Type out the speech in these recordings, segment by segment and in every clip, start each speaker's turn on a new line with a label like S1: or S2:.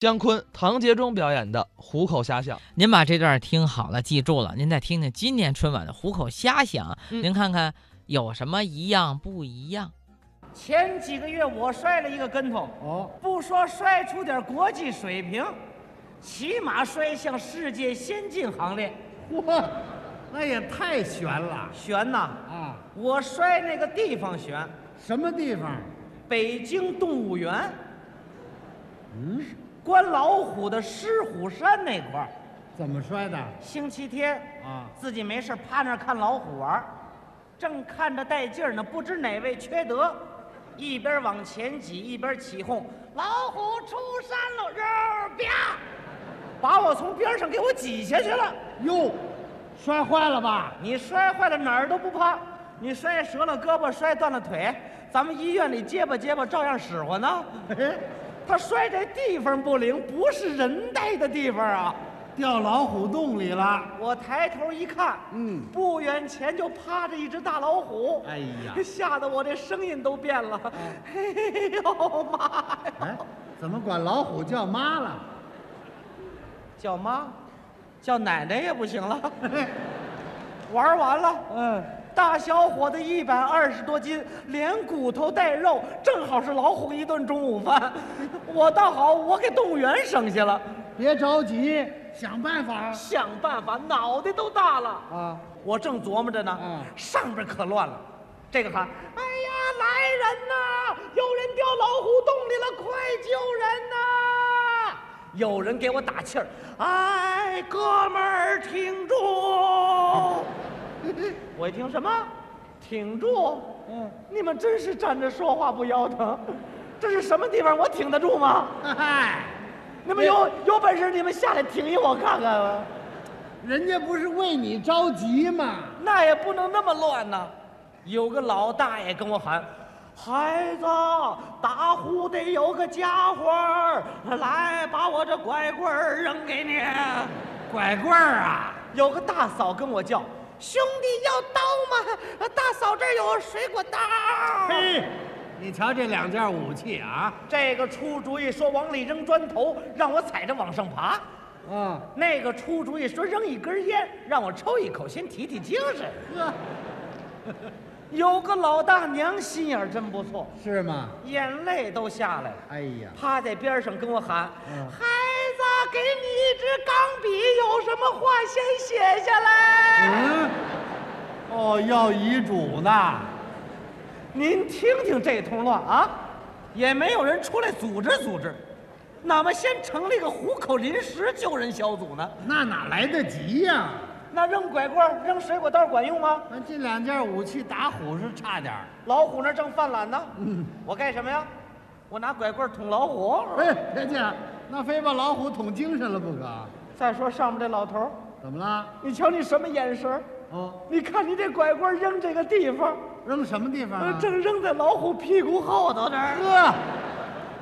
S1: 姜昆、唐杰忠表演的《虎口遐想》。
S2: 您把这段听好了，记住了，您再听听今年春晚的《虎口遐想》，
S1: 嗯
S2: 您看看有什么一样不一样？
S3: 前几个月我摔了一个跟头，
S4: 哦，
S3: 不说摔出点国际水平，起码摔向世界先进行列。
S4: 嚯，那也太悬了
S3: 悬呐！
S4: 啊！
S3: 我摔那个地方悬，
S4: 什么地方？
S3: 北京动物园。嗯，关老虎的狮虎山那块儿，
S4: 怎么摔的？
S3: 星期天
S4: 啊
S3: 自己没事趴那儿看老虎玩儿，正看着带劲儿呢，不知哪位缺德，一边往前挤一边起哄：“老虎出山喽！”肉儿啪，把我从边上给我挤下去了。
S4: 哟，摔坏了吧？
S3: 你摔坏了哪儿都不怕，你摔折了胳膊，摔断了腿，咱们医院里结巴结巴照样使唤呢。
S4: 哎，
S3: 他摔这地方不灵，不是人待的地方啊！
S4: 掉老虎洞里了。
S3: 我抬头一看，
S4: 嗯
S3: 不远前就趴着一只大老虎，
S4: 哎呀
S3: 吓得我这声音都变了。哎呦妈呀！
S4: 哎，怎么管老虎叫妈了？
S3: 叫妈，叫奶奶也不行了。 玩完了，嗯，大小伙子一百二十多斤，连骨头带肉，正好是老虎一顿中午 饭。我倒好，我给动物园省下了，
S4: 别着急，想办法
S3: 想办法，脑袋都大了。
S4: 啊！
S3: 我正琢磨着呢，
S4: 嗯
S3: 上边可乱了，这个喊：“哎呀，来人呐！有人掉老虎洞里了，快救人呐！”有人给我打气儿：“哎，哥们儿，挺 住！”我一听什么，挺住？嗯，你们真是站着说话不腰疼，这是什么地方？我挺得住吗？
S4: 嗨，
S3: 你们有有本事你们下来挺一我看看啊！
S4: 人家不是为你着急吗？
S3: 那也不能那么乱呐。有个老大爷跟我喊：“孩子，打虎得有个家伙儿，来把我这拐棍儿扔给你。
S4: 拐棍儿啊！”
S3: 有个大嫂跟我叫：“兄弟要刀吗？大嫂这儿有水果刀。”
S4: 嘿，你瞧这两件武器啊！
S3: 这个出主意说往里扔砖头，让我踩着往上爬。
S4: 啊，
S3: 那个出主意说扔一根烟，让我抽一口，先提提精神。
S4: 呵，
S3: 有个老大娘心眼儿真不错，
S4: 是吗？
S3: 眼泪都下来了。
S4: 哎呀，
S3: 趴在边上跟我喊：“
S4: 嗯
S3: 孩子，给你一支钢笔，有什么话先写下来。
S4: 嗯，哦，要遗嘱呢。
S3: 您听听这通乱啊，也没有人出来组织组织，哪么先成立个虎口临时救人小组呢？
S4: 那哪来得及呀、
S3: 那扔拐棍儿、扔水果刀管用吗？
S4: 那这两件武器打虎是差点儿。
S3: 老虎那正犯懒呢。我干什么呀？我拿拐棍儿捅老虎。
S4: 哎，别介，那非把老虎捅精神了不可。
S3: 再说上面这老头儿，
S4: 怎么了？
S3: 你瞧你什么眼神儿？
S4: 哦，
S3: 你看你这拐棍儿扔这个地方。”
S4: 扔什么地方、
S3: 呃
S4: 啊？，
S3: 正扔在老虎屁股后头呢。
S4: 呵，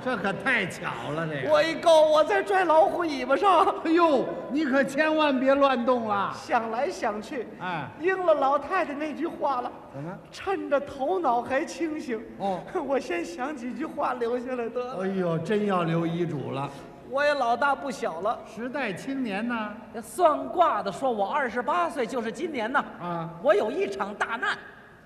S4: 这可太巧了，这个。
S3: 我一够，我再拽老虎尾巴上。
S4: 哎呦，你可千万别乱动了。
S3: 想来想去，
S4: 哎
S3: 应了老太太那句话了。
S4: 怎么？
S3: 趁着头脑还清醒，
S4: 哦，
S3: 我先想几句话留下来得了。
S4: 哎呦，真要留遗嘱了。
S3: 我也老大不小了，
S4: 时代青年呢？
S3: 算卦的说我二十八岁，就是今年呐。
S4: 啊
S3: 我有一场大难，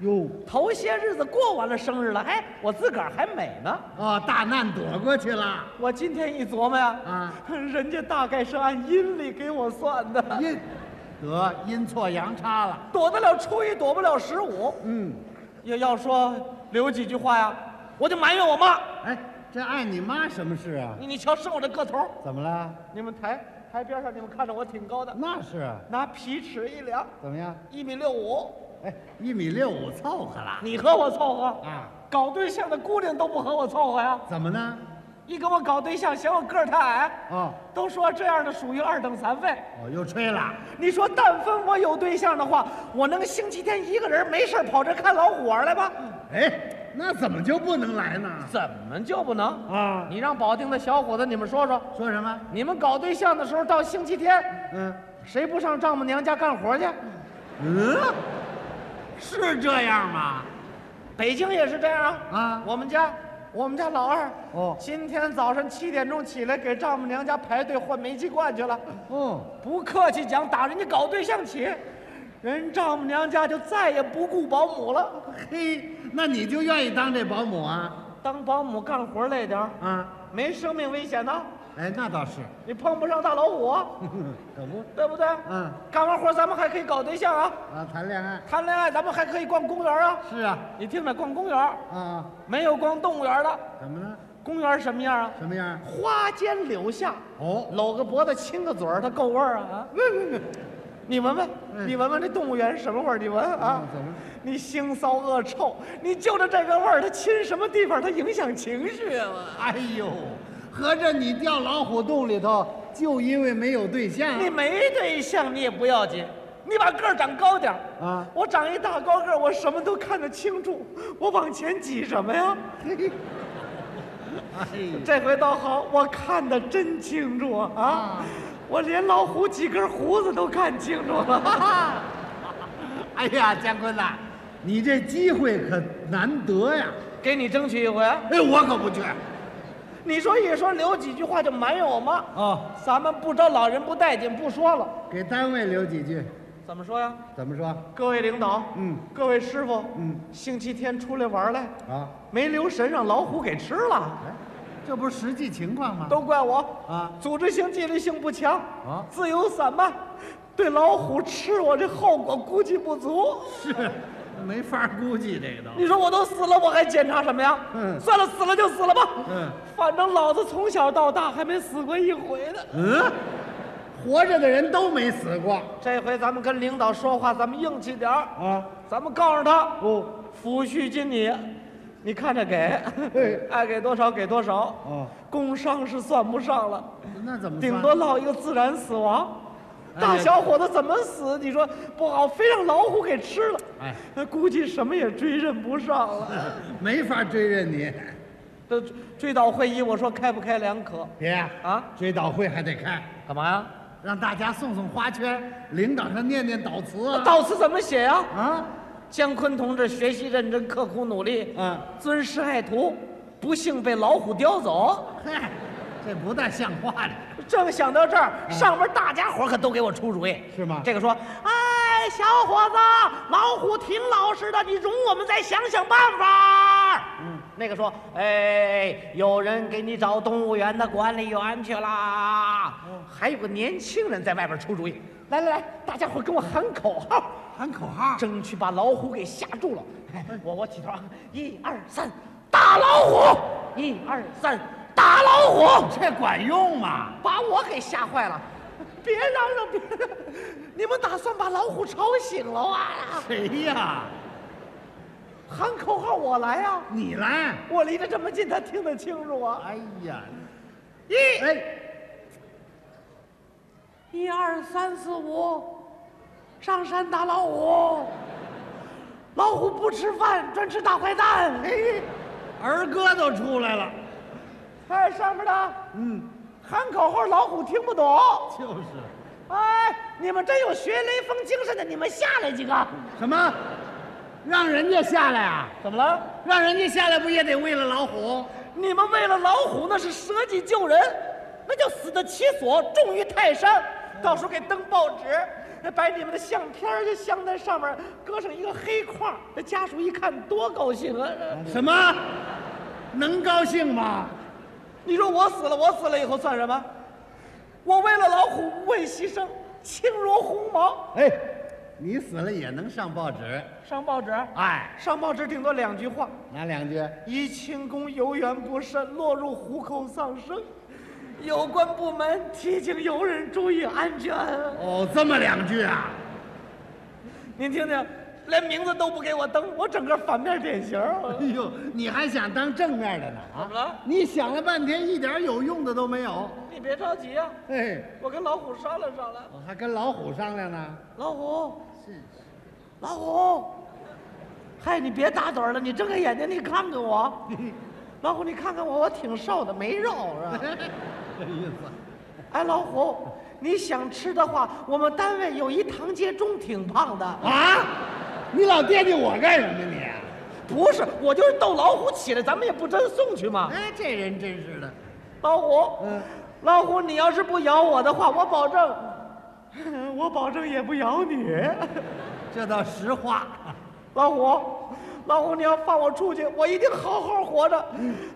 S4: 哟，
S3: 头些日子过完了生日了，哎，我自个儿还美呢。
S4: 哦，大难躲过去了。
S3: 我今天一琢磨呀，
S4: 啊，
S3: 人家大概是按阴历给我算的。
S4: 阴，得阴错阳差了。
S3: 躲得了初一，躲不了十五。
S4: 嗯，
S3: 要要说留几句话呀，我就埋怨我妈。
S4: 哎，这碍你妈什么事啊？
S3: 你你瞧，生我这个头儿，
S4: 怎么了？
S3: 你们台台边上，你们看着我挺高的，
S4: 那是啊
S3: 拿皮尺一量，
S4: 怎么样？
S3: 一米六五。
S4: 哎，一米六五凑合了
S3: 你和我凑合，
S4: 啊？
S3: 搞对象的姑娘都不和我凑合呀。
S4: 怎么呢？
S3: 一跟我搞对象，嫌我个儿太矮，
S4: 哦
S3: 都说这样的属于二等残废。
S4: 哦，又吹了。
S3: 你说，但凡我有对象的话，我能星期天一个人没事儿跑这儿看老虎玩儿来吧？
S4: 哎，那怎么就不能来呢？
S3: 怎么就不能？
S4: 啊，
S3: 你让保定的小伙子，你们说说，
S4: 说什么？
S3: 你们搞对象的时候，到星期天，
S4: 嗯
S3: 谁不上丈母娘家干活去？
S4: 嗯，是这样吗？
S3: 北京也是这样
S4: 啊
S3: 我们家我们家老二
S4: 哦
S3: 今天早上七点钟起来给丈母娘家排队换煤气罐去了。
S4: 哦，
S3: 不客气讲，打人家搞对象起，人丈母娘家就再也不雇保姆了，
S4: 嘿，那你就愿意当这保姆啊？
S3: 当保姆干活累点儿，
S4: 啊，
S3: 没生命危险呢，
S4: 哎，那倒是，
S3: 你碰不上大老虎啊，
S4: 可不
S3: 对不对？
S4: 嗯，
S3: 干完活咱们还可以搞对象啊，
S4: 啊，谈恋爱
S3: 谈恋爱咱们还可以逛公园啊。
S4: 是啊，
S3: 你听着，逛公园
S4: 啊，
S3: 没有逛动物园的，
S4: 怎么了？
S3: 公园什么样啊？
S4: 什么样？
S3: 花间柳下，
S4: 哦，
S3: 搂个脖子亲个嘴 儿，它够味儿啊啊！你闻闻，
S4: 嗯
S3: 你闻闻这动物园什么味儿？你闻啊
S4: 嗯怎么了？
S3: 你腥骚恶臭，你就着这个味儿，它亲什么地方，它影响情绪啊！
S4: 哎呦，合着你掉老虎洞里头，就因为没有对象
S3: 你没对象你也不要紧，你把个儿长高点儿
S4: 啊
S3: 我长一大高个儿，我什么都看得清楚，我往前挤什么呀？
S4: 嘿，哎呦，
S3: 这回倒好，我看得真清楚啊！
S4: 嗯
S3: 啊我连老虎几根胡子都看清楚 了。
S4: 哎呀，姜昆呐，你这机会可难得呀！
S3: 给你争取一回。
S4: 哎，我可不去。
S3: 你说一说，留几句话就埋怨我妈。
S4: 哦，
S3: 咱们不招老人不待见，不说了。
S4: 给单位留几句，
S3: 怎么说呀？
S4: 怎么说？
S3: 各位领导，
S4: 嗯，
S3: 各位师傅，
S4: 嗯，
S3: 星期天出来玩来，
S4: 啊，
S3: 没留神让老虎给吃了，
S4: 哎，这不是实际情况吗？
S3: 都怪我
S4: 啊
S3: 组织性、纪律性不强
S4: 啊
S3: 自由散漫，对老虎吃我这后果估计不足。
S4: 是，没法估计这个
S3: 你
S4: 都。
S3: 说我都死了，我还检查什么呀？
S4: 嗯
S3: 算了，死了就死了吧。
S4: 嗯，
S3: 反正老子从小到大还没死过一回呢。
S4: 嗯，活着的人都没死过
S3: 这回咱们跟领导说话，咱们硬气点儿，
S4: 啊。
S3: 咱们告诉他，
S4: 哦，
S3: 抚恤金你，你看着给
S4: 嘿，
S3: 爱给多少给多少。
S4: 哦，
S3: 工伤是算不上了，
S4: 那怎么算？
S3: 顶多落一个自然死亡。
S4: 哎呀
S3: 大小伙子怎么死？你说不好，非让老虎给吃了，
S4: 哎，
S3: 那估计什么也追认不上了。
S4: 没法追认你。
S3: 这追悼会议，我说开不开两可
S4: 别
S3: 啊？
S4: 追悼会还得开，
S3: 干嘛呀？
S4: 让大家送送花圈，领导上念念悼词啊。
S3: 悼词怎么写呀、
S4: 啊，
S3: 姜昆同志学习认真、刻苦努力，
S4: 嗯
S3: 尊师爱徒，不幸被老虎叼走。
S4: 嗨，这不带像话的。
S3: 正想到这儿，上边大家伙可都给我出主意，
S4: 嗯是吗
S3: 这个说，哎，小伙子，老虎挺老实的，你容我们再想想办法。嗯，那个说，哎，有人给你找动物园的管理员去啦。
S4: 嗯
S3: 还有个年轻人在外边出主意，来来来，大家伙跟我喊口号。
S4: 喊口号，
S3: 争取把老虎给吓住了。哎我我起头啊，一二三，打老虎！一二三，打老虎！
S4: 这管用吗？
S3: 把我给吓坏了，别嚷嚷，别嚷！你们打算把老虎吵醒了啊？
S4: 谁呀？
S3: 喊口号，我来啊！
S4: 你来。
S3: 我离得这么近，他听得清楚啊！
S4: 哎呀，
S3: 一、
S4: 哎，
S3: 一二三四五，上山打老虎。老虎不吃饭，专吃大坏蛋。哎嘿、
S4: 儿歌都出来了。
S3: 哎，上面的，
S4: 嗯，
S3: 喊口号，老虎听不懂。
S4: 就是。
S3: 哎，你们真有学雷锋精神的，你们下来几个？
S4: 什么？让人家下来啊？
S3: 怎么了？
S4: 让人家下来不也得为了老虎？
S3: 你们为了老虎那是舍己救人，那叫死得其所，重于泰山。到时候给登报纸，把你们的相片儿就镶在上面，搁上一个黑框儿，那家属一看多高兴啊！
S4: 什么？能高兴吗？
S3: 你说我死了，我死了以后算什么？我为了老虎无畏牺牲，轻如鸿毛。
S4: 哎，你死了也能上报纸。
S3: 上报纸，
S4: 哎，
S3: 上报纸顶多两句话，
S4: 哪两句？
S3: 宜庆宫游园不慎，落入虎口丧生。有关部门提醒游人注意安全。
S4: 哦，这么两句啊？
S3: 您听听，连名字都不给我登，我整个反面典型儿。我
S4: 哎呦，你还想当正面的呢？
S3: 怎
S4: 啊
S3: 么？了？
S4: 你想了半天，一点有用的都没有。
S3: 你别着急啊，
S4: 嘿，
S3: 我跟老虎商量商量。
S4: 我哦还跟老虎商量呢。
S3: 老虎，老虎，嗨，你别打盹儿了，你睁开眼睛，你看看 我。老虎，你看看我，我挺瘦的，没肉是 吧？
S4: 这意思。
S3: 哎，老虎，你想吃的话，我们单位有一堂街中挺胖的。
S4: 啊？你老惦记我干什么你？
S3: 不是，我就是逗老虎起来，咱们也不真送去嘛。
S4: 哎，这人真是的，
S3: 老虎，
S4: 嗯
S3: 老虎，你要是不咬我的话，我保证， 我保证也不咬你。
S4: 这倒实话。
S3: 老虎，老虎，你要放我出去，我一定好好活着。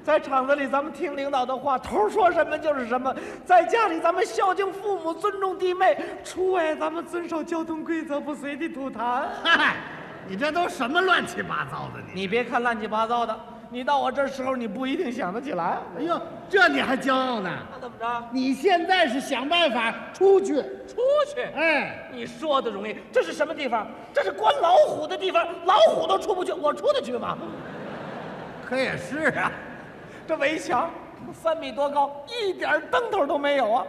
S3: 在厂子里，咱们听领导的话，头儿说什么就是什么；在家里，咱们孝敬父母，尊重弟妹；出外，咱们遵守交通规则，不随地吐痰。
S4: 嗨，你这都什么乱七八糟的你？
S3: 你别看乱七八糟的，你到我这时候，你不一定想得起来。
S4: 哎呦，这你还骄傲呢？
S3: 那怎么着？
S4: 你现在是想办法出去，
S3: 出去。
S4: 哎，
S3: 你说的容易，这是什么地方？这是关老虎的地方，老虎都出不去，我出得去吗？
S4: 可也是啊，
S3: 这围墙三米多高，一点灯头都没有啊！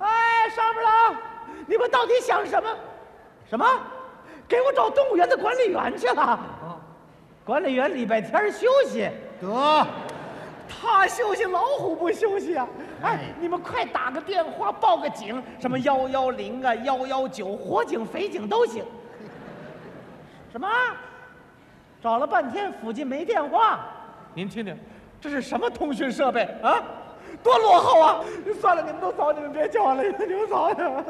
S3: 哎，上面了，你们到底想什么？什么？给我找动物园的管理员去了。哦管理员礼拜天休息，
S4: 得，
S3: 他休息，老虎不休息啊！哎
S4: 哎，
S3: 你们快打个电话报个警，什么幺幺零啊、幺幺九，火警、匪警都行。什么？找了半天附近没电话，您听听，这是什么通讯设备啊？多落后啊！算了，你们都走，你们别叫我了，你们走，你们，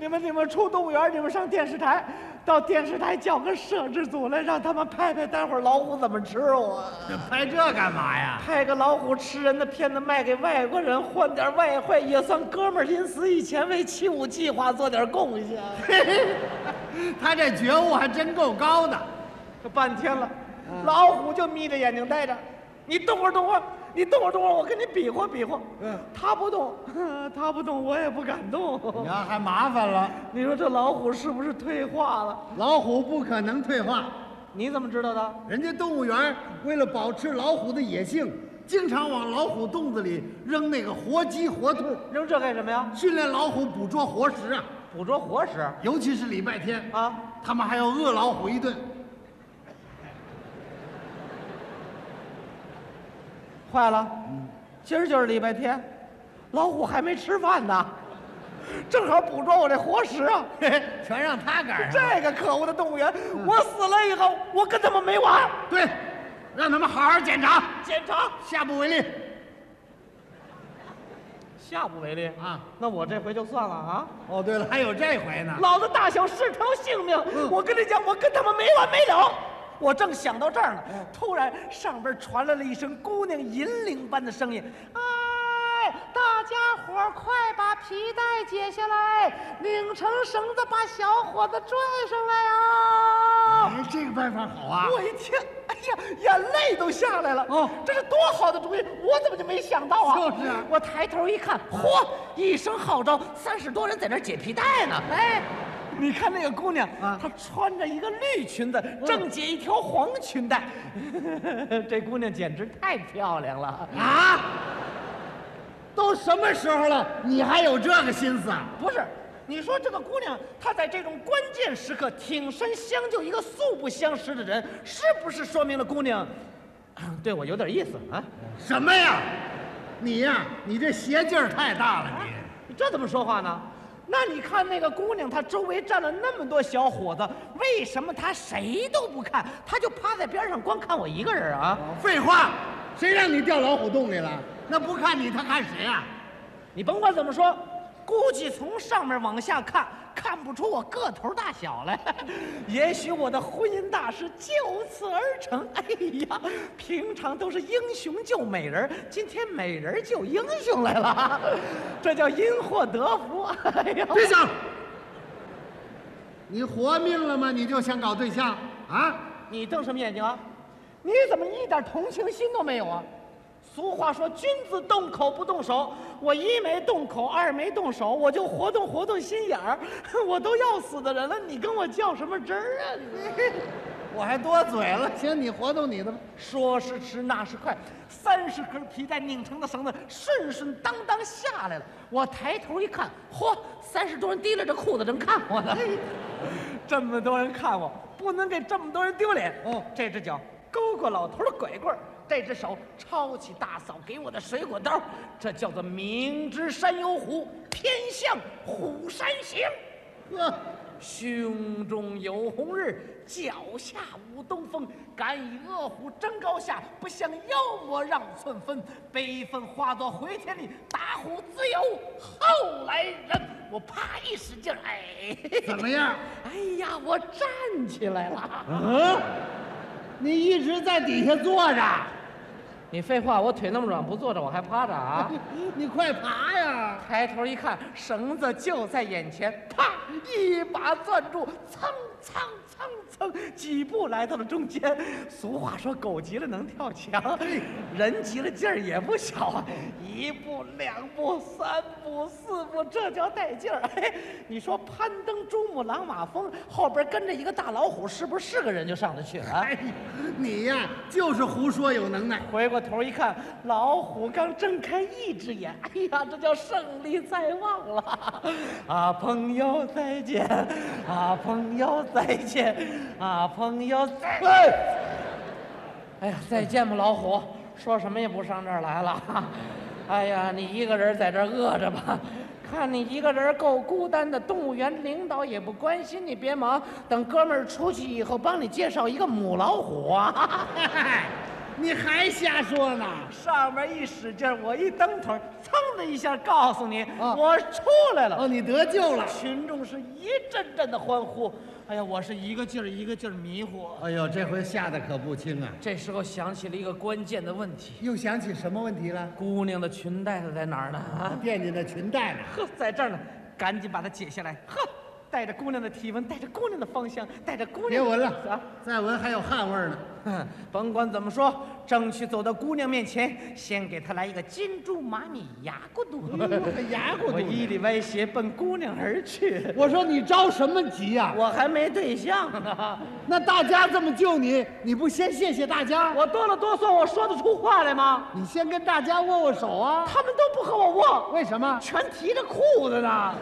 S3: 你们你们出动物园，你们上电视台，到电视台叫个摄制组来，让他们拍拍，待会儿老虎怎么吃我。
S4: 这拍这干嘛呀？
S3: 拍个老虎吃人的片子卖给外国人，换点外汇也算哥们儿临死以前为七五计划做点贡献。
S4: 他这觉悟还真够高的。
S3: 这半天了，老虎就眯着眼睛呆着，你动会儿动会儿，你动会儿动会儿，我跟你比划比划。
S4: 嗯
S3: 他不动， 他不动，我也不敢
S4: 你
S3: 动。
S4: 要还麻烦了，
S3: 你说这老虎是不是退化了？
S4: 老虎不可能退化，
S3: 你怎么知道的？
S4: 人家动物园为了保持老虎的野性，经常往老虎洞子里扔那个活鸡、活兔，
S3: 扔这干什么呀？
S4: 训练老虎捕捉活食啊。
S3: 捕捉活食
S4: 尤其是礼拜天，
S3: 啊！
S4: 他们还要饿老虎一顿。
S3: 坏了，今儿就是礼拜天，老虎还没吃饭呢，正好捕捉我这活食啊！
S4: 嘿嘿，全让他赶上了。
S3: 这个可恶的动物园，我死了以后，我跟他们没完。
S4: 对，让他们好好检查，
S3: 检查
S4: 下不为例
S3: 下不为例啊，
S4: 啊！
S3: 那我这回就算了啊！
S4: 哦，对了，还有这回呢。
S3: 老子大小是条性命，我跟你讲，我跟他们没完没了。我正想到这儿呢，突然上边传来了一声姑娘银铃般的声音：“哎，大家伙儿快把皮带解下来，拧成绳子把小伙子拽上来啊！”
S4: 哎，这个办法好啊！
S3: 我一听，哎呀，眼泪都下来了。
S4: 哦
S3: 这是多好的主意，我怎么就没想到啊？
S4: 就是啊
S3: 我抬头一看，嚯，一声号召，三十多人在那儿解皮带呢。哎。你看那个姑娘，
S4: 啊嗯
S3: 她穿着一个绿裙子，正解一条黄裙带， 这姑娘简直太漂亮了。
S4: 啊，都什么时候了，你还有这个心思啊？
S3: 不是，你说这个姑娘，她在这种关键时刻挺身相救一个素不相识的人，是不是说明了姑娘 对我有点意思啊？
S4: 什么呀？你呀、你这邪劲儿太大了，你
S3: 你这怎么说话呢？那你看那个姑娘，她周围站了那么多小伙子，为什么她谁都不看，她就趴在边上光看我一个人啊？
S4: 废话，谁让你掉老虎洞里了？那不看你，他看谁呀、
S3: 你甭管怎么说，估计从上面往下看，看不出我个头大小来。 也许我的婚姻大事就此而成。哎呀，平常都是英雄救美人，今天美人救英雄来了，这叫因祸得福。哎呀，
S4: 别想了，你活命了吗？你就想搞对象啊？
S3: 你瞪什么眼睛啊？你怎么一点同情心都没有啊？俗话说，君子动口不动手。我一没动口，二没动手，我就活动活动心眼儿。 我都要死的人了，你跟我较什么真儿啊？你
S4: 我还多嘴了，行，你活动你的吧。
S3: 说时迟，那时快，三十根皮带拧成的绳子顺顺当当下来了。我抬头一看，嚯，三十多人提拉着裤子正看我呢。这么多人看我，不能给这么多人丢脸。哦，这只脚勾过老头的拐棍儿，这只手抄起大嫂给我的水果刀，这叫做明知山有虎，偏向虎山行。
S4: 呵，
S3: 胸中有红日，脚下舞东风。敢以恶虎争高下，不向妖魔让寸分。悲愤化作回天力，打虎自有后来人。我啪一使劲儿，哎，
S4: 怎么样？
S3: 哎呀，我站起来了。
S4: 嗯，你一直在底下坐着，
S3: 你废话，我腿那么软，不坐着我还趴着啊？
S4: 你快爬呀！
S3: 抬头一看，绳子就在眼前，啪！一把攥住，蹭蹭蹭蹭，几步来到了中间。俗话说，狗急了能跳墙，人急了劲儿也不小啊！一步、两步、三步、四步，这叫带劲儿。 哎，你说攀登珠穆朗玛峰，后边跟着一个大老虎，是不是是个人就上得去啊？
S4: 哎，你呀，就是胡说有能耐。
S3: 回过头一看，老虎刚睁开一只眼，哎呀，这叫胜利在望了！ 啊，朋友再见，啊，朋友再见，啊，朋友再哎，哎呀，再见吧，老虎，说什么也不上这儿来了。 哎呀，你一个人在这儿饿着吧。看你一个人够孤单的，动物园领导也不关心你，别忙，等哥们儿出去以后，帮你介绍一个母老虎啊。
S4: 嗨，哎你还瞎说呢？
S3: 上面一使劲儿，我一蹬腿儿，噌的一下，告诉你，
S4: 啊
S3: 我出来了。
S4: 哦，你得救了。
S3: 群众是一阵阵的欢呼。哎呀，我是一个劲儿一个劲儿迷糊。
S4: 哎呦，这回吓得可不轻啊！
S3: 这时候想起了一个关键的问题：
S4: 又想起什么问题了？
S3: 姑娘的裙带子在哪儿呢？啊，
S4: 惦记那裙带呢？
S3: 呵，在这儿呢，赶紧把它解下来。呵，带着姑娘的体温，带着姑娘的芳香，带着姑娘的
S4: 别
S3: 啊
S4: 闻了，再闻还有汗味儿呢。
S3: 哼，甭管怎么说，争取走到姑娘面前，先给她来一个金猪玛米牙骨 肚。
S4: 哎牙
S3: 哎
S4: 骨
S3: 我
S4: 肚
S3: 一
S4: 呢。
S3: 里歪斜奔姑娘而去，
S4: 我说你着什么急呀、
S3: 我还没对象呢，
S4: 那大家这么救你，你不先谢谢大家？
S3: 我哆了哆嗦，我说得出话来吗？
S4: 你先跟大家握握手啊！
S3: 他们都不和我握，
S4: 为什么？
S3: 全提着裤子呢。